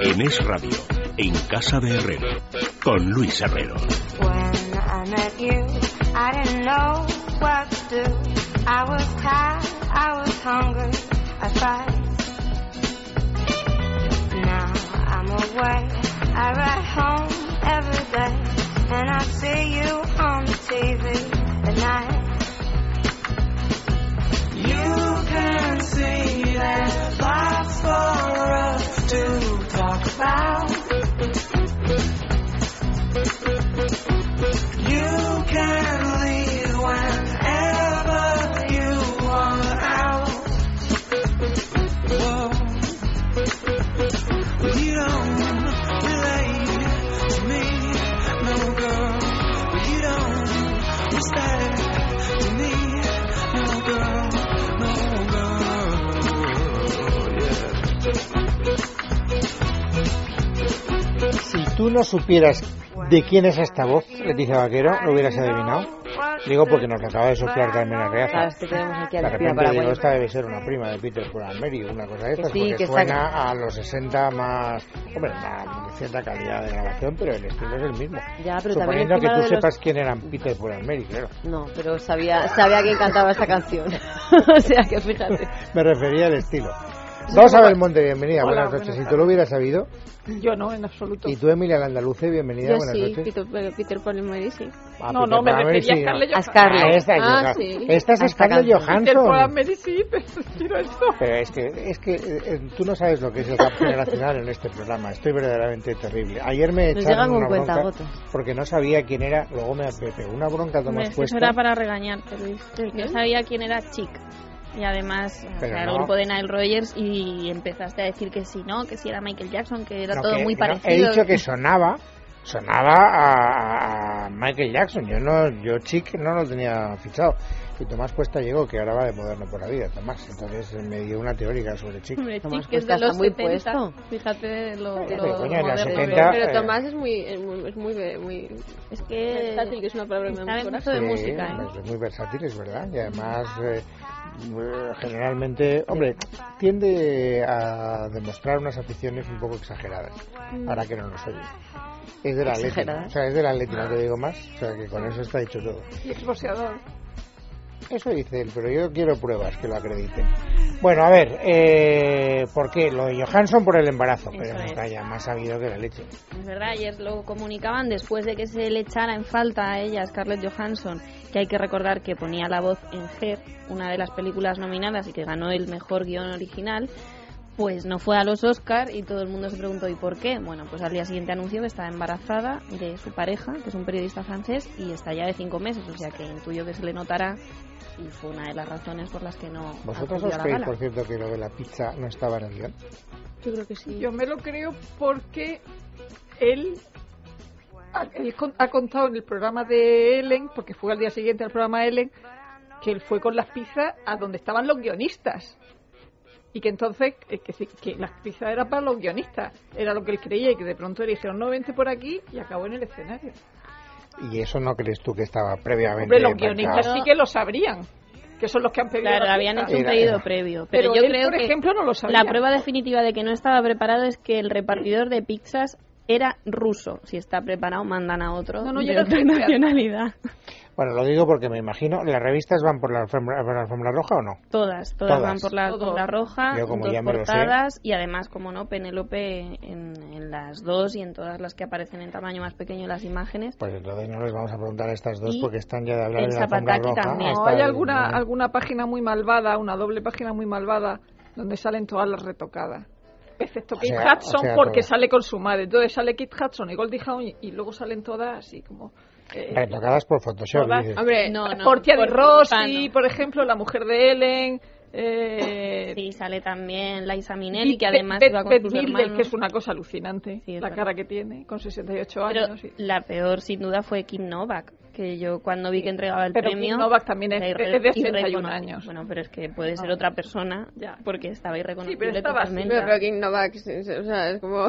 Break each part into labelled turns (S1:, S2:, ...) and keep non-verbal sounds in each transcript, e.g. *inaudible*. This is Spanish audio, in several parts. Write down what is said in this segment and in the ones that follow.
S1: En Es Radio, en Casa de Herrero, con Luis Herrero.
S2: When I met you, I didn't know what to do. I was tired, I was hungry, I fight. Now I'm away, I ride home every day, and I see you on TV at night. You can see that lots for us to talk about. You can leave whenever you are out. Whoa. You don't relate to me, no girl. You don't respect to me, no girl, no girl.
S3: Si tú no supieras de quién es esta voz, Leticia Vaquero, lo hubieras adivinado. Digo porque nos lo acaba de soplar Carmen
S4: Claro,
S3: Arreaza.
S4: es que tenemos aquí
S3: De
S4: a la
S3: repente
S4: espía
S3: digo,
S4: paraguaya.
S3: esta debe ser una prima de Peter Curanberry, una cosa de estas,
S4: sí,
S3: porque
S4: que está-
S3: suena a los 60 más... Hombre, una cierta calidad de grabación, pero el estilo es el mismo.
S4: Ya, pero también
S3: Suponiendo que
S4: encima
S3: tú
S4: de los-
S3: sepas quién eran Peter Curanberry, claro.
S4: No, pero sabía, sabía que cantaba esta canción. *laughs* o sea que fíjate.
S3: Me refería al estilo. Rosa Belmonte, bienvenida,
S5: Hola,
S3: buenas noches.
S5: buenas
S3: Si tú
S5: tardes.
S3: lo hubieras sabido.
S5: Yo no, en absoluto.
S3: Y tú, Emilia Landaluce, bienvenida,
S6: Yo
S3: buenas
S6: sí,
S3: noches.
S6: Peter, Peter Paul y Mary, sí.
S3: Ah,
S5: no,
S3: Peter
S5: no, me
S3: Pan,
S5: refería
S3: sí,
S5: a
S3: no.
S5: Scarlett
S4: A
S5: Johansson.
S3: Ah,
S4: Scarlett.
S3: esta es
S6: Ah,
S3: Johan-
S6: sí.
S3: Esta es
S4: Hasta
S3: Scarlett
S4: canción.
S5: Peter Pan,
S3: Johansson.
S5: Mary, sí, pero *laughs* quiero esto.
S3: Pero es que, es que eh, eh, tú no sabes lo que es el rap generacional en este programa. Estoy verdaderamente terrible. Ayer me
S4: Nos
S3: echaron
S4: llegan con
S3: una bronca
S4: cuentagotas.
S3: porque no sabía quién era. Luego me pegó una bronca que
S6: Hombre,
S3: hemos
S6: es que Eso
S3: puesto.
S6: era para regañarte, Luis. Yo sabía quién era Chic. Y además, o
S3: Pero
S6: sea,
S3: no.
S6: el grupo de Nile Rogers y empezaste a decir que sí, no, que sí era Michael Jackson, que era
S3: No,
S6: todo
S3: que-
S6: muy
S3: no,
S6: parecido.
S3: he dicho que sonaba, sonaba a, a Michael Jackson. Yo no, yo Chic no lo tenía fichado. Y Tomás Cuesta llegó, que ahora va de moderno por la vida, Tomás. Entonces eh, me dio una teórica sobre Chic.
S6: *laughs* Hombre,
S4: Tomás
S6: Chic es
S4: Cuesta
S6: de los
S4: está muy
S6: 70.
S4: puesto.
S6: Fíjate lo,
S3: Sí,
S6: lo
S3: coño, en los
S6: moderno.
S3: 70, eh,
S6: Pero Pero Tomás
S3: Tomás
S6: Tomás
S3: es
S6: es muy... muy... Es muy, muy es que... versátil, que es una palabra que me Sabe mola. mucho de
S3: Sí,
S6: música, ¿eh?
S3: Es muy versátil, es verdad. Y además, eh, eh, generalmente, hombre, tiende a demostrar unas aficiones un poco exageradas.
S6: Mm.
S3: Ahora que no nos oye. Es del Atlético.
S4: ¿Exageradas?
S3: O sea, es del Atlético, no te digo más. O sea, que con eso está dicho todo.
S5: Y es boxeador.
S3: Eso dice él, pero yo quiero pruebas que lo acrediten. Bueno, a ver, eh, ¿por qué? Lo de Johansson por el embarazo, pero
S6: Eso
S3: no
S6: es. Ah,
S3: está ya más sabido que la leche.
S6: Es verdad, ayer lo comunicaban después de que se le echara en falta a ella, a Scarlett Johansson, que hay que recordar que ponía la voz en Her, una de las películas nominadas y que ganó el mejor guión original, pues no fue a los Oscar y todo el mundo se preguntó ¿y por qué? Bueno, pues al día siguiente anunció que estaba embarazada de su pareja, que es un periodista francés, y está ya de cinco meses, o sea que intuyo que se le notará y fue una de las razones por las que no
S3: ¿Vosotros os
S6: acudió a pues la
S3: creéis,
S6: gala.
S3: por cierto, que lo de la pizza no estaba en el guión?
S6: Yo creo que sí.
S5: Yo me lo creo porque él ha, él con- ha contado en el programa de Ellen, porque fue al día siguiente al programa de Ellen, que él fue con las pizzas a donde estaban los guionistas. Y que entonces, eh, que, sí, que las pizzas eran para los guionistas. Era lo que él creía y que de pronto le dijeron, no, vente por aquí y acabó en el escenario.
S3: ¿Y eso no crees tú que estaba previamente
S5: Hombre, los
S3: pactado?
S5: guionistas sí que lo sabrían, que son los que han pedido
S6: Claro,
S5: la
S6: habían
S5: pizza.
S6: hecho un
S3: Era-
S6: pedido
S3: era.
S6: previo. Pero,
S5: Pero,
S6: yo
S5: él,
S6: creo
S5: por
S6: que
S5: ejemplo, no lo sabía.
S6: la prueba definitiva de que no estaba preparado es que el repartidor de pizzas era ruso. Si está preparado, mandan a otro
S5: No, no, yo
S6: de
S5: no
S6: otra
S5: estoy
S6: nacionalidad.
S3: Bueno, lo digo porque me imagino, ¿las revistas van por la alfombra, por la alfombra roja o no?
S6: Todas, todas,
S3: Todas.
S6: van por la,
S5: Todo.
S6: por la roja,
S3: Yo como
S6: dos
S3: ya me lo sé.
S6: portadas y además, como no, Penélope en, en las dos y en todas las que aparecen en tamaño más pequeño en las imágenes.
S3: Pues entonces no les vamos a preguntar a estas dos
S6: Y
S3: porque están ya de hablar
S6: el
S3: de la alfombra
S6: Zapataki
S3: roja.
S6: también.
S3: hasta
S5: No, hay
S3: el-
S5: alguna, alguna página muy malvada, una doble página muy malvada, donde salen todas las retocadas. Excepto
S3: O
S5: Kit
S3: sea-
S5: Hudson,
S3: o sea, pues-
S5: porque
S3: todas.
S5: sale con su madre. Entonces sale Kit Hudson y Goldie Hawn y, y luego salen todas así como... eh,
S3: Retocadas por Photoshop,
S5: Todas-
S3: dices.
S5: hombre,
S6: No, no,
S5: Portia de
S6: por-
S5: Rossi,
S6: Pano.
S5: por ejemplo, la mujer de Ellen... Eh,
S6: Sí, sale también Liza Minnelli,
S5: Beth-
S6: que además
S5: Beth-
S6: iba con
S5: Beth
S6: sus
S5: Midler,
S6: hermanos.
S5: que es una cosa alucinante,
S6: Sí, es
S5: la
S6: verdad.
S5: cara que tiene, con 68
S6: Pero
S5: años. y-
S6: la peor, sin duda, fue Kim Novak, que yo cuando vi que entregaba el
S5: Pero
S6: premio...
S5: Kim Novak también es-
S6: era irre-
S5: es de 61
S6: irrecono-
S5: años.
S6: Bueno, pero es que
S7: Ah.
S6: puede ser otra persona,
S5: Ya.
S6: porque estaba irreconocible
S5: estaba así,
S6: totalmente.
S5: Ya.
S7: Pero King Novak, sí, sí, o sea, es como...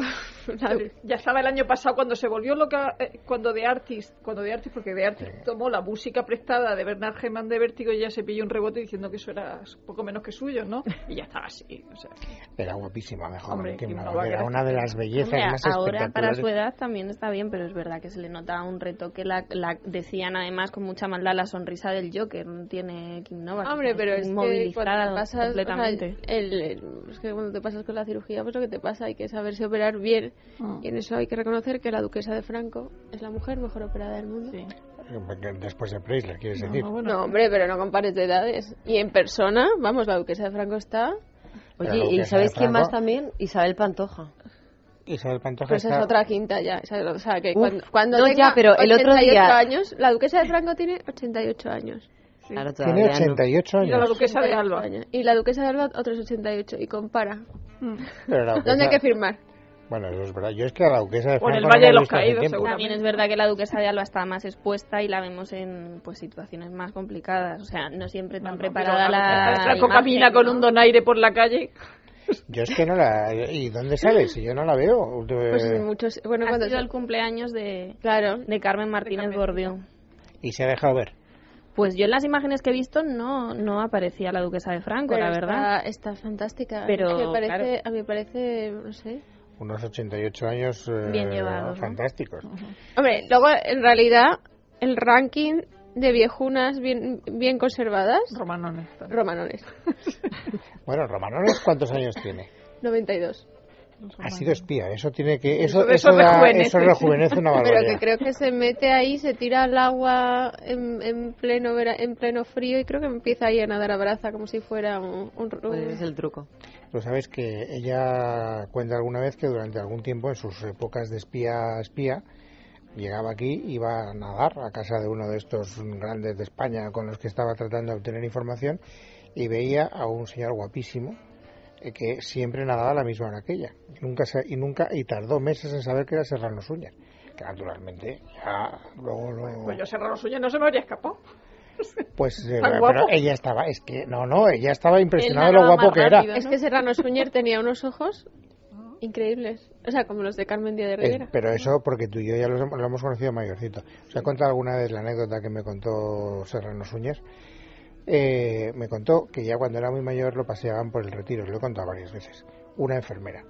S5: Ya estaba el año pasado cuando se volvió loca, eh, cuando de Artist, cuando de Artist, porque de Artist tomó la música prestada de Bernard Herrmann de Vértigo y ella se pilló un rebote diciendo que eso era poco menos que suyo,
S6: *laughs*
S5: ¿no? Y ya estaba así, o sea,
S3: Era guapísima, mejor.
S5: Hombre,
S3: que
S5: Kim
S3: una-
S5: Novak
S3: era
S5: era-
S3: una de las bellezas
S6: Hombre,
S3: más
S6: ahora para
S3: espectaculares.
S6: su edad también está bien, pero es verdad que se le notaba un retoque. La, la- decían además con mucha maldad la sonrisa del Joker. No tiene Kim Novak.
S7: Hombre, pero es que
S6: movilizada
S7: cuando te pasas, o sea,
S6: completamente.
S7: el- el- es que cuando te pasas con la cirugía, pues lo que te pasa, hay que saberse operar bien.
S6: Ah,
S7: Y en eso hay que reconocer que la duquesa de Franco es la mujer mejor operada del mundo.
S5: sí.
S3: Porque Después de Preisler, quieres decir.
S5: No, bueno,
S7: No, hombre, pero no compares de edades. Y en persona, vamos, la duquesa de Franco está...
S3: Claro,
S4: Oye,
S3: que
S4: ¿y sabéis
S3: sea
S4: quién más
S3: Franco.
S4: también? Isabel Pantoja.
S3: Isabel Pantoja
S7: Pues
S3: está-
S7: es otra quinta ya. esa- O sea, que
S4: Uf,
S7: cuando, cuando
S4: no,
S7: tenga
S4: ya, pero el otro
S7: 88
S4: día-
S7: años, la duquesa de Franco tiene 88 años.
S5: sí.
S4: Claro, todavía
S3: Tiene
S4: no.
S3: 88
S5: Mira la
S3: años.
S5: duquesa de Alba.
S7: Años. Y la duquesa de Alba otros 88. Y compara.
S3: Pero la duquesa-
S7: ¿Dónde hay que firmar?
S3: Bueno, eso es verdad. Yo es que a la duquesa de
S5: Por el
S3: Franco no
S5: Valle de
S3: la he
S5: los
S3: visto hace
S5: Caídos,
S3: tiempo.
S5: seguro.
S6: También es verdad que la duquesa de Alba está más expuesta y la vemos en pues situaciones más complicadas. O sea, no siempre tan
S5: No, no,
S6: preparada
S5: pero
S6: la.
S5: Franco
S6: imagen,
S5: camina con
S6: ¿no?
S5: un donaire por la calle.
S3: Yo es que no la... ¿Y dónde sale? Si yo no la veo.
S7: Pues en muchos... Bueno,
S6: Ha
S7: cuando...
S6: sido el cumpleaños de,
S7: Claro.
S6: de Carmen Martínez Bordeaux.
S3: Y se ha dejado ver.
S6: Pues yo en las imágenes que he visto no, no aparecía la duquesa de Franco,
S7: Pero
S6: la verdad.
S7: Está, está fantástica.
S6: Pero,
S7: me parece,
S6: claro.
S7: A mí me parece, no sé.
S3: Unos 88 años eh,
S6: Bien llevados, ¿no?
S3: fantásticos.
S7: Hombre, luego en realidad el ranking de viejunas bien, bien conservadas,
S5: Romano no
S7: Romanones,
S3: Bueno, Romanones, ¿cuántos años tiene?
S7: 92.
S4: Ah,
S3: Ha sido espía. Eso tiene que... Eso,
S5: Eso-
S3: eso,
S5: eso
S3: da-
S5: rejuvenece.
S3: eso rejuvenece una
S7: *laughs* Pero
S3: barbaridad.
S7: que creo que se mete ahí, se tira al agua en, en pleno vera- en pleno frío y creo que empieza ahí a nadar a braza como si fuera un... un- un-
S4: Pues es el truco.
S3: Lo sabes que ella cuenta alguna vez que durante algún tiempo, en sus épocas de espía a espía, llegaba aquí, iba a nadar a casa de uno de estos grandes de España con los que estaba tratando de obtener información y veía a un señor guapísimo eh, que siempre nadaba a la misma hora que ella. Y nunca, se- y nunca y tardó meses en saber que era Serrano Suñer. Que naturalmente, ya luego lo...
S5: Pues yo cerrar los suyos no se me habría escapado.
S3: Pues eh,
S5: ¿Tan
S3: pero
S5: guapo?
S3: ella estaba, es que, no, no, ella estaba impresionada de
S6: Él
S3: lo
S6: nadaba
S3: guapo
S6: más
S3: que era.
S6: rápido,
S7: Es que Serrano Suñer tenía unos ojos increíbles, o sea, como los de Carmen Díaz de
S3: Eh,
S7: Rivera.
S3: pero eso porque tú y yo ya lo, hem- lo hemos conocido mayorcito. ¿Os ha contado alguna vez la anécdota que me contó Serrano Suñez? Eh, me contó que ya cuando era muy mayor lo paseaban por el retiro, lo he contado varias veces, una enfermera.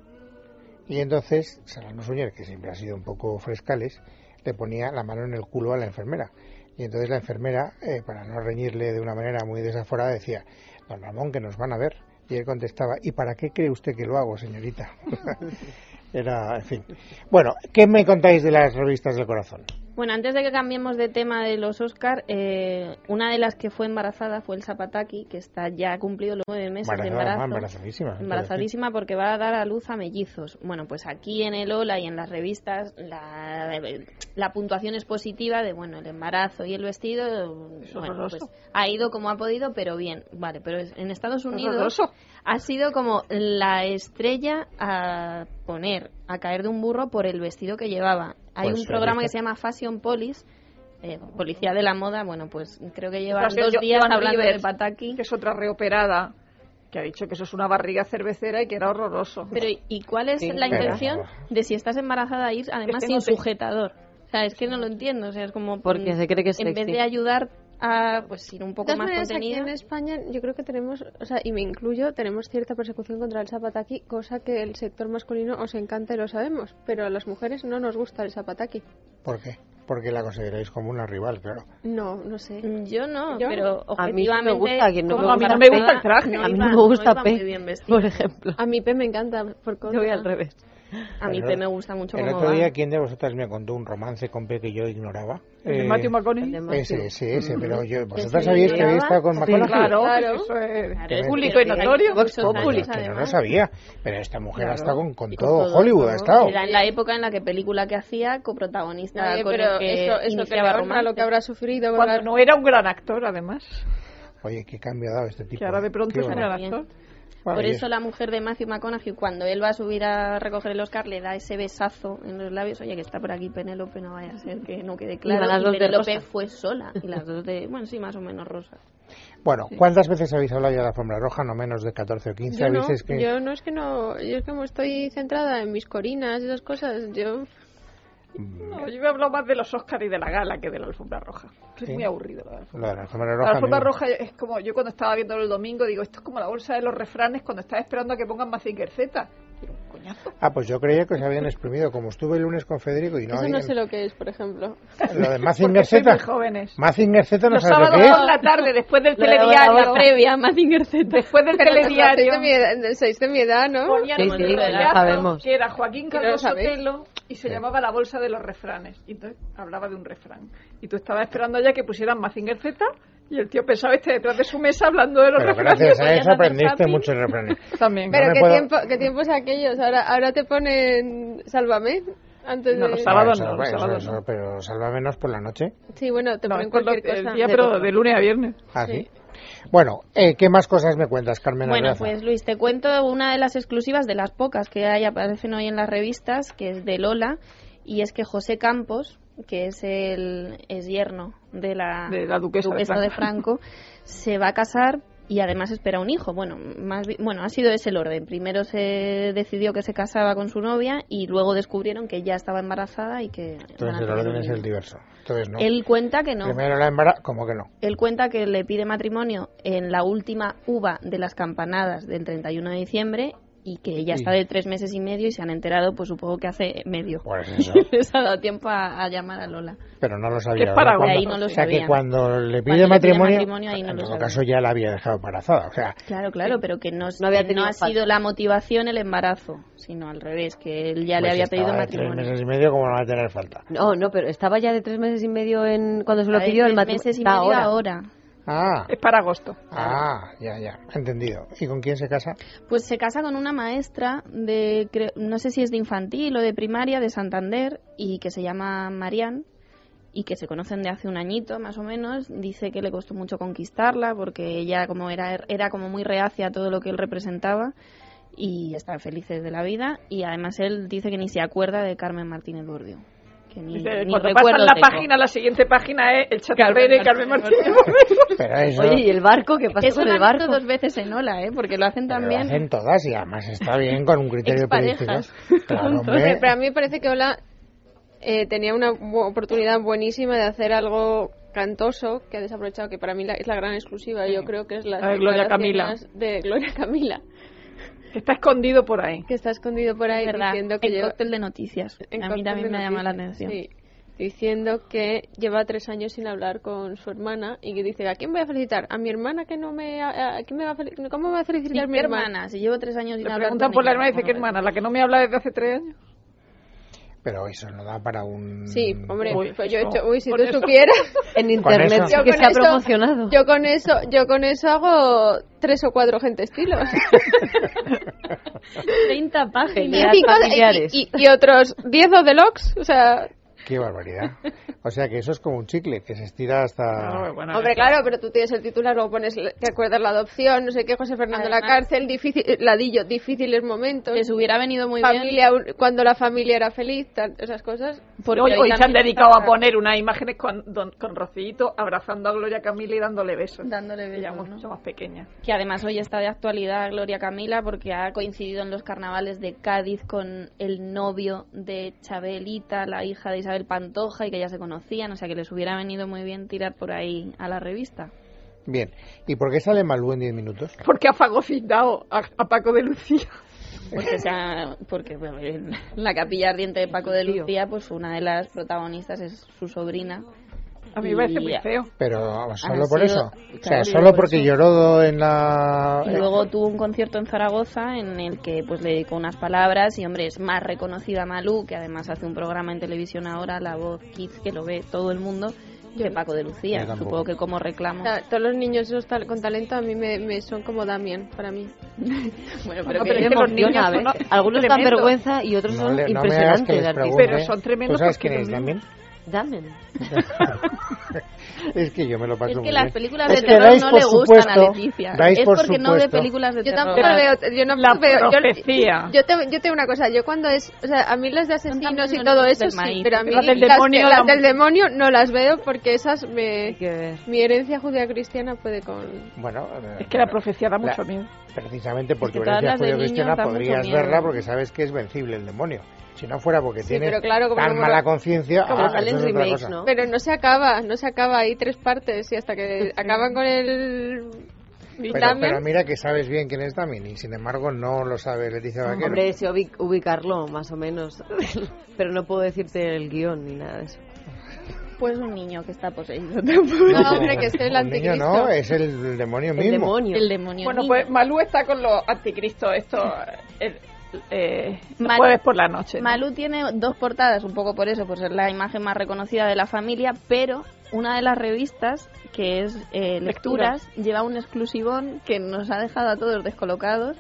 S3: Y entonces Serrano Suñer, que siempre ha sido un poco frescales, le ponía la mano en el culo a la enfermera. Y entonces la enfermera, eh, para no reñirle de una manera muy desaforada, decía, don Ramón, que nos van a ver. Y él contestaba, ¿y para qué cree usted que lo hago, señorita? Era, en fin. Bueno, ¿qué me contáis de las revistas del corazón?
S6: Bueno, antes de que cambiemos de tema de los Oscar, eh, una de las que fue embarazada fue el Zapataki, que está ya ha cumplido los nueve meses de
S3: Embarazada,
S6: embarazo.
S3: ah, embarazadísima, entonces.
S6: Embarazadísima porque va a dar a luz a mellizos. Bueno, pues aquí en el Ola y en las revistas la, la puntuación es positiva de, bueno, el embarazo y el vestido, bueno,
S5: horroroso.
S6: pues ha ido como ha podido, pero bien. Vale, pero es- en Estados Unidos
S5: Horroroso.
S6: ha sido como la estrella a poner, a caer de un burro por el vestido que llevaba. Hay
S3: Pues,
S6: un programa
S3: ¿viste?
S6: que se llama Fashion Police, eh, Policía de la Moda. Bueno, pues creo que llevan
S5: Ostras, yo-
S6: dos
S5: yo-
S6: días
S5: Joan
S6: hablando de
S5: Rivers,
S6: Pataki.
S5: Que es otra reoperada que ha dicho que eso es una barriga cervecera y que era horroroso.
S6: Pero ¿y- ¿y cuál es la
S3: pero-
S6: intención de si estás embarazada ir además
S5: Es que
S6: sin
S5: no te-
S6: sujetador? O sea, es que no lo entiendo, o sea, es como
S4: Porque
S6: mm,
S4: se cree que es
S6: en vez
S4: sexy.
S6: de ayudar a pues ir un
S7: De
S6: poco
S7: todas
S6: más
S7: maneras, aquí
S6: contenido.
S7: en España yo creo que tenemos, o sea, y me incluyo, tenemos cierta persecución contra el zapataki, cosa que el sector masculino os encanta y lo sabemos, pero a las mujeres no nos gusta el zapataki.
S3: ¿Por qué? Porque la consideráis como una rival, claro.
S7: No, no sé.
S6: Mm, Yo no,
S5: Yo-
S6: pero
S4: A mí sí
S6: objetivamente
S4: me gusta, que no
S6: como
S4: me
S5: a mí
S4: gusta
S5: no me gusta el
S6: embarazada,
S5: traje.
S6: no
S4: a mí
S6: iba-
S4: no me gusta
S6: iba
S4: P,
S6: muy bien vestida.
S4: por ejemplo.
S7: A mi P me encanta, por contra.
S4: Yo voy al revés.
S6: A mí
S3: Pero
S6: P me gusta mucho
S3: El
S6: como
S3: otro día,
S6: va.
S3: ¿quién de vosotras me contó un romance con P que yo ignoraba?
S5: El
S3: Eh,
S5: de Matthew McConaughey. Ah,
S3: Ese, ese, ese, pero yo,
S6: ¿Que
S3: vosotras
S6: se
S3: sabíais que había
S6: ignoraba?
S3: estado con
S4: Sí,
S3: McConaughey.
S5: Claro,
S7: Claro.
S5: eso es
S6: Claro, es
S5: público y
S6: que-
S5: notorio.
S6: Vox
S5: Vox
S3: Pues
S6: Populi.
S3: es que no lo
S6: además.
S3: sabía, pero esta mujer ha estado con, con
S4: Y con
S3: todo,
S4: todo,
S3: Hollywood, ha
S4: ¿no?
S3: estado.
S6: Era en la época en la que película que hacía, coprotagonista
S7: Oye,
S6: con
S7: pero
S6: el que
S7: eso, eso que
S6: iniciaba
S7: le honra
S6: romance.
S7: lo que habrá sufrido. con
S5: Cuando
S7: la-
S5: no era un gran actor, además.
S3: Oye, qué cambio ha dado este tipo.
S5: Que ahora de
S3: Qué
S5: pronto es un
S3: barbaridad.
S5: gran actor.
S3: Bueno,
S6: Por
S3: y
S6: eso
S3: es-
S6: la mujer de Matthew McConaughey, cuando él va a subir a recoger el Oscar, le da ese besazo en los labios. Oye, que está por aquí Penélope, no vaya a ser que no quede claro.
S4: Iban las
S6: Y
S4: dos de
S6: Penélope
S4: rosa.
S6: fue sola. Y las dos de, bueno, sí, más o menos rosa.
S3: Bueno, ¿cuántas veces habéis hablado ya de la alfombra roja? No menos de 14 o 15.
S7: Yo no,
S3: ¿Habéis escrito-
S7: yo no es que no, yo es que como estoy centrada en mis corinas y esas cosas, yo
S5: No, yo he hablado más de los Oscars y de la gala que de la alfombra roja. Es
S3: Sí.
S5: muy aburrido lo de la alfombra
S3: Lo de la alfombra
S5: roja.
S3: roja.
S5: La
S3: a mí
S5: alfombra
S3: me-
S5: roja es como yo cuando estaba viéndolo el domingo, digo, esto es como la bolsa de los refranes cuando estás esperando a que pongan Mazinger Z. Digo, coñazo.
S3: Ah, pues yo creía que se habían exprimido. Como estuve el lunes con Federico y no
S7: eso
S3: había...
S7: no sé lo que es, por ejemplo.
S3: Lo de
S5: Porque
S3: Mazinger
S5: sois muy
S3: Z.
S5: jóvenes.
S3: Mazinger Z no
S5: Los
S3: sabes
S5: sábados
S3: lo que es.
S5: por la tarde, después del
S4: Lo de ahora,
S5: telediario,
S4: ahora.
S6: Previa, Mazinger Z.
S5: después del
S7: Pero sois de mi
S5: telediario,
S7: edad, sois de mi edad, ¿no?
S5: ponían
S4: Sí,
S5: un
S4: sí,
S5: título
S4: ya
S5: gato
S4: sabemos.
S5: que era Joaquín
S7: lo
S5: Carlos
S7: sabéis.
S5: Sotelo y se llamaba La Bolsa de los Refranes. Y entonces hablaba de un refrán. Y tú estabas esperando ya que pusieran Mazinger Z y el tío pensaba este detrás de su mesa hablando de los
S3: Pero
S5: refranes.
S3: gracias a
S5: Podías
S3: eso
S5: hacer
S3: aprendiste
S5: zapping.
S3: muchos refranes.
S5: También.
S7: Pero
S3: me
S7: qué
S3: puedo-
S7: tiempo, qué tiempos aquellos. Ahora, ahora te ponen Sálvame antes
S5: No,
S7: de.
S5: los sábados
S3: Ah,
S5: no,
S3: eso-
S5: los
S3: eso-
S5: sábados
S3: eso-
S5: no.
S3: Pero sálvamenos por la noche.
S7: Sí, bueno, te
S5: No,
S7: ponen
S5: es por lo-
S7: cualquier cosa.
S5: el día, pero de lunes a viernes.
S3: Ah, sí. Bueno, eh, ¿qué más cosas me cuentas, Carmen?
S6: Bueno,
S3: Abraza?
S6: pues Luis, te cuento una de las exclusivas, de las pocas que hay, aparecen hoy en las revistas, que es de Lola, y es que José Campos, que es el es yerno de la,
S5: De la duquesa de
S6: Ah, de
S5: Franco.
S6: Franco, se va a casar y además espera un hijo. Bueno, más bi- bueno, ha sido ese el orden. Primero se decidió que se casaba con su novia y luego descubrieron que ya estaba embarazada y que... van a
S3: Entonces el
S6: tener
S3: orden
S6: un
S3: es
S6: niño.
S3: el diverso. Entonces no.
S6: Él cuenta que pues, no.
S3: Primero la embarazo, como que no.
S6: Él cuenta que le pide matrimonio en la última uva de las campanadas del 31 de diciembre y que ella
S3: Sí.
S6: está de tres meses y medio y se han enterado, pues supongo que hace medio.
S3: Pues eso.
S6: *laughs* Les ha dado tiempo a, a llamar a Lola.
S3: Pero no lo sabía.
S5: Es para
S3: Cuando-
S6: ahí no lo
S3: o sea, que
S6: sabían.
S3: cuando le pide
S6: Cuando le pide
S3: matrimonio,
S6: matrimonio, ahí no
S3: en
S6: lo
S3: todo
S6: sabían.
S3: caso ya la había dejado embarazada. O sea,
S6: Claro, claro, pero que Eh, no,
S4: No había
S6: que
S4: tenido
S6: ha
S4: falta.
S6: sido la motivación el embarazo, sino al revés, que él ya le
S3: pues
S6: había
S3: estaba
S6: pedido
S3: de tres
S6: matrimonio.
S3: meses y medio, como no va a tener falta.
S4: No, no, pero estaba ya de tres meses y medio en cuando se lo
S6: Está de
S4: pidió el
S6: tres
S4: matrimonio.
S6: meses y
S4: Está
S6: medio ahora.
S5: *laughs*
S3: Ah,
S5: Es para agosto.
S3: ah, ya, ya. Entendido. ¿Y con quién se casa?
S6: Pues se casa con una maestra de, cre- no sé si es de infantil o de primaria, de Santander, y que se llama Marian, y que se conocen de hace un añito más o menos. Dice que le costó mucho conquistarla porque ella como era, era como muy reacia a todo lo que él representaba y están felices de la vida. Y además él dice que ni se acuerda de Carmen Martínez Bordio. Que ni,
S5: Dice,
S6: ni
S5: cuando
S6: recuerdo
S5: pasan la
S6: tengo.
S5: página, la siguiente página es el chatarrero y Carmen Martínez. *laughs*
S3: Pero eso.
S4: Oye, ¿y el barco? ¿Qué pasó
S6: Eso
S4: con
S6: lo
S4: el
S6: han hecho
S4: barco?
S6: dos veces en Ola, ¿eh? porque lo hacen
S3: pero lo
S6: también.
S3: hacen todas y además está bien con un criterio periodístico.
S6: Exparejas.
S3: Claro,
S7: Hombre,
S3: hombre.
S7: pero a mí me parece que Ola eh, tenía una bu- oportunidad buenísima de hacer algo cantoso que ha desaprovechado, que para mí la- es la gran exclusiva. Yo creo que es la
S5: La de Gloria
S7: declaraciones de Gloria Camila,
S5: Está escondido por ahí.
S7: que está escondido por ahí
S6: Es verdad,
S7: diciendo que
S6: el
S7: lleva.
S6: cóctel de noticias.
S7: en
S6: A mí
S7: Cóctel
S6: también
S7: de
S6: me ha llamado la
S7: Noticias,
S6: atención.
S7: sí. diciendo que lleva tres años sin hablar con su hermana y que dice, ¿a quién voy a felicitar? ¿A mi hermana que no me... A, a- ¿quién me va a fel- ¿Cómo me va a felicitar mi
S6: Mi
S7: hermana?
S6: hermana, si llevo tres años sin
S5: Le
S6: hablar
S5: preguntan
S6: con
S5: por la
S6: ella.
S5: hermana y dice, ¿qué
S6: Bueno,
S5: hermana? ¿La que no me habla desde hace tres años?
S3: Pero eso no da para un.
S7: Sí, hombre,
S5: Uy,
S7: pues yo he
S5: eso,
S7: hecho... Uy, si
S5: con
S7: tú
S5: eso.
S7: supieras...
S4: En
S3: Con
S4: internet
S3: eso.
S4: sí
S7: Yo
S4: que
S7: con
S4: se ha
S7: eso-
S4: promocionado.
S7: Yo con eso, yo con eso hago tres o cuatro gente estilo.
S6: 30 páginas.
S4: Peleas
S7: y, cosas-
S4: familiares.
S7: y- y- y otros diez o de locks, o sea...
S3: Qué barbaridad. O sea que eso es como un chicle que se estira hasta.
S5: No, Ah, bueno,
S7: Hombre,
S5: es-
S7: claro, pero tú tienes el titular, luego pones, te acuerdas la adopción, no sé qué, José Fernando en la
S6: Además-
S7: cárcel, difícil, ladillo, difíciles momentos.
S6: Les hubiera venido muy bien.
S7: familia, un- cuando la familia era feliz, tal, esas cosas.
S6: Porque
S5: hoy,
S6: hoy
S5: hoy se han
S6: también
S5: dedicado a
S6: pasa
S5: poner unas imágenes con, don- con Rocito abrazando a Gloria Camila y dándole besos.
S6: Dándole
S5: Ella
S6: besos,
S5: mucho
S6: ¿no?
S5: más pequeña.
S6: Que además hoy está de actualidad Gloria Camila porque ha coincidido en los carnavales de Cádiz con el novio de Chabelita, la hija de Isabel Pantoja, y que ya se conocían. O sea que les hubiera venido muy bien tirar por ahí a la revista.
S3: Bien. ¿Y por qué sale Malú en 10 minutos?
S5: Porque ha fagocitado a, a Paco de Lucía.
S6: Porque, sea, porque bueno, en la capilla ardiente de Paco de Lucía, pues una de las protagonistas es su sobrina.
S5: A mí
S6: Y
S5: me parece muy feo.
S3: Pero
S6: Ha
S3: solo por eso.
S6: sido-
S3: o sea,
S6: claro,
S3: solo
S6: por
S3: porque
S6: eso.
S3: lloró en la.
S6: Y
S3: eh,
S6: luego tuvo un concierto en Zaragoza en el que pues le dedicó unas palabras y hombre es más reconocida Malú, que además hace un programa en televisión ahora, La Voz Kids, que lo ve todo el mundo, que Paco de
S3: Yo
S6: Lucía.
S3: tampoco.
S6: Supongo que como reclamo.
S7: O sea, todos los niños esos tal- con talento a mí me, me son como Damian para mí.
S6: *laughs* Bueno,
S5: No, pero
S6: pero que-
S5: es que los niños
S4: Emociona,
S5: son
S4: ¿ves? Algunos dan
S5: tremendos.
S4: vergüenza y otros
S3: ¿eh? no
S4: son
S3: le- no me hagas que
S4: impresionantes.
S3: les
S4: de artistas.
S3: pregunte.
S5: Pero son tremendos
S3: ¿Tú sabes
S5: porque
S3: quién es
S5: son
S3: también?
S4: Damen.
S3: *laughs* es que yo me lo paso
S6: Es
S3: muy
S6: que
S3: bien.
S6: las películas de
S3: Es que
S6: terror
S3: dais
S6: no
S3: por
S6: le gustan a
S3: supuesto-
S6: Leticia.
S3: dais
S6: Es
S3: por
S6: porque no ve
S3: supuesto-
S6: películas de
S7: Yo
S6: terror.
S7: tampoco veo, yo no
S5: La
S7: veo,
S5: profecía.
S7: yo, yo te, yo tengo una cosa, yo cuando es, o sea, a mí las de asesinos y
S6: también
S7: todo
S6: los
S7: eso
S6: del
S7: sí,
S6: maíz.
S7: pero a mí
S5: Las del
S7: que-
S5: demonio,
S7: las
S5: la-
S7: del demonio no las veo porque esas me,
S4: Hay que ver.
S7: mi herencia judía cristiana puede con,
S3: Bueno,
S5: Es que la
S3: eh,
S5: profecía da
S3: La-
S5: mucho miedo.
S3: precisamente porque
S6: Es que todas
S3: Venecia
S6: las de
S3: judío
S6: niños
S3: cristiana
S6: dan mucho
S3: podrías
S6: miedo.
S3: verla porque sabes que es vencible el demonio. Si no fuera porque
S7: Sí,
S3: tiene
S7: pero claro, como
S3: tan
S7: no-
S3: mala conciencia,
S4: como
S3: ah,
S4: salen
S3: eso es otra
S4: remakes,
S3: cosa.
S4: ¿no?
S7: pero no se acaba, no se acaba, hay tres partes y
S6: *laughs*
S7: hasta que acaban con el
S3: Pero, pero mira que sabes bien quién es Damien y sin embargo no lo sabe Leticia Vaquero.
S4: Hombre, sé ubi- ubicarlo, más o menos. *laughs* Pero no puedo decirte el guión ni nada de eso.
S6: Pues un niño que está poseído.
S7: No, hombre, que es el
S3: Un niño
S7: anticristo.
S3: no, es el demonio
S4: El
S3: mismo.
S4: demonio.
S6: *laughs* El demonio.
S5: Bueno,
S6: niño.
S5: pues Malú está con los anticristos estos el, eh, los
S6: Mal-
S5: jueves por la noche. ¿no?
S6: Malú tiene dos portadas, un poco por eso, por ser la imagen más reconocida de la familia, pero una de las revistas, que es eh,
S5: Lectura.
S6: Lecturas, lleva un exclusivón que nos ha dejado a todos descolocados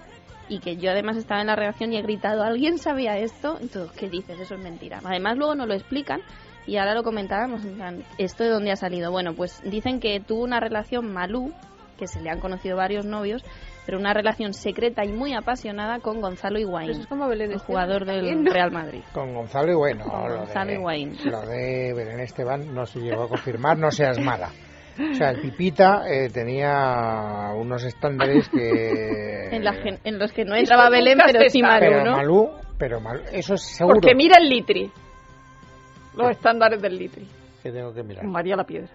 S6: y que yo además estaba en la redacción y he gritado, ¿alguien sabía esto? Y todos, ¿qué dices? Eso es mentira. Además luego nos lo explican y ahora lo comentábamos, en plan, ¿esto de dónde ha salido? Bueno, pues dicen que tuvo una relación Malú, que se le han conocido varios novios, pero una relación secreta y muy apasionada con Gonzalo Higuaín
S7: Pero eso es como Belén
S6: el
S7: Esteban
S6: jugador
S7: también,
S6: del
S7: ¿no?
S6: Real Madrid.
S3: Con Gonzalo y bueno,
S6: Con
S3: lo
S6: Gonzalo
S3: de,
S6: Higuaín.
S3: lo de Belén Esteban no se llegó a confirmar, no seas mala. O sea, el Pipita eh, tenía unos estándares que...
S6: *laughs* En, la gen- en los que no entraba Belén,
S5: nunca
S6: pero
S5: se
S6: sí
S5: sabe.
S6: Malú,
S3: Pero
S6: ¿no?
S3: Malú, pero Malú, eso es seguro
S5: Porque mira el litri. Los estándares del litri.
S3: que tengo que mirar.
S5: María la Piedra.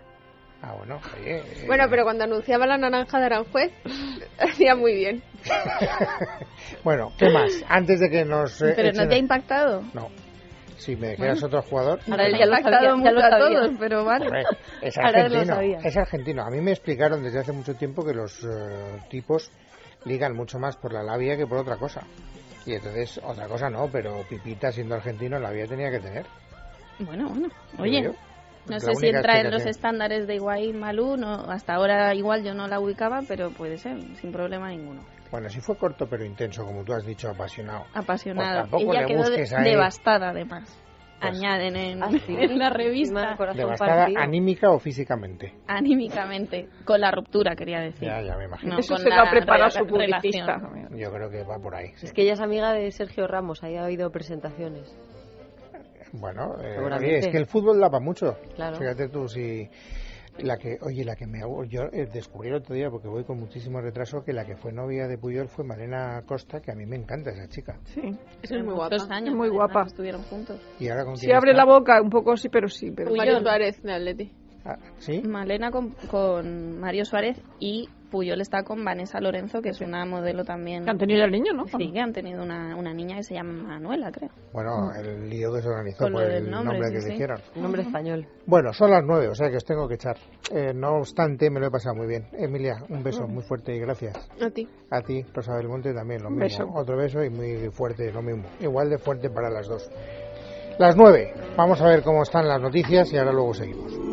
S3: Ah, bueno, oye, eh,
S7: Bueno, pero cuando anunciaba la naranja de Aranjuez, *laughs* hacía muy bien.
S3: bueno, ¿qué más? Antes de que nos... eh,
S6: Pero no
S3: echen-
S6: te ha impactado.
S3: No. Si me dijeras otro jugador...
S4: Ahora
S6: Nos
S4: ya
S6: ha
S4: lo
S6: impactado
S4: sabía, ya
S6: mucho
S4: lo
S6: a
S4: sabía.
S6: todos, pues. pero vale.
S3: Hombre, es
S4: Ahora lo
S3: argentino,
S4: sabía.
S3: es argentino. A mí me explicaron desde hace mucho tiempo que los eh, tipos ligan mucho más por la labia que por otra cosa. Y entonces, otra cosa no, pero Pipita siendo argentino la labia tenía que tener.
S6: Bueno, bueno.
S3: digo
S6: Oye,
S3: yo.
S6: no
S3: La
S6: sé si
S3: única
S6: entra en los
S3: explicación.
S6: estándares de Higuaín Malú. No, hasta ahora igual yo no la ubicaba, pero puede ser, sin problema ninguno.
S3: Bueno, sí fue corto pero intenso, como tú has dicho, apasionado.
S6: Apasionada.
S3: Pues tampoco
S6: Ella
S3: le
S6: quedó de-
S3: busques ahí.
S6: devastada, además.
S3: Pues-
S6: Añaden en,
S4: Así.
S6: en la revista,
S4: Más corazón
S3: Devastada
S4: partido.
S3: anímica o físicamente.
S6: anímicamente. Con la ruptura, quería decir.
S3: Ya, ya me imagino.
S6: No,
S5: Eso
S6: con
S5: se lo
S6: la
S5: ha preparado
S6: rela-
S5: su publicista.
S6: relación.
S3: Yo creo que va por ahí. sí.
S4: Es que ella es amiga de Sergio Ramos, ahí ha oído presentaciones.
S3: Bueno, eh,
S4: Seguramente.
S3: oye, es que el fútbol daba mucho.
S4: Claro.
S3: Fíjate tú si la que, oye, la que me hago, yo eh, descubrí el otro día porque voy con muchísimo retraso que la que fue novia de Puyol fue Malena Costa, que a mí me encanta esa chica.
S5: Sí.
S7: Eso es muy
S6: Muchos
S7: guapa.
S6: años,
S5: Muy
S6: además,
S5: guapa.
S6: Estuvieron juntos.
S3: Y ahora con
S5: Si
S3: quién
S5: abre
S3: está?
S5: la boca, un poco sí, pero sí. Pero
S7: Con Mario Suárez de Atleti.
S3: Ah, ¿Sí?
S6: Malena con, con Mario Suárez y Puyol está con Vanessa Lorenzo, que es una modelo también.
S5: Que han tenido el niño, ¿no?
S6: Sí, que han tenido una, una niña que se llama Manuela, creo.
S3: Bueno, el lío que se organizó
S6: Mm. Con lo
S3: por el
S6: del nombre,
S3: nombre que
S6: sí,
S3: le
S6: sí.
S3: hicieron.
S4: Nombre español.
S3: Bueno, son las nueve, o sea que os tengo que echar. Eh, no obstante, me lo he pasado muy bien. Emilia, un beso
S6: Mm.
S3: muy fuerte y gracias.
S7: A ti.
S3: A ti, Rosa del Monte, también lo
S5: Un
S3: mismo.
S5: beso.
S3: Otro beso y muy fuerte, lo mismo. Igual de fuerte para las dos. Las nueve. Vamos a ver cómo están las noticias y ahora luego seguimos.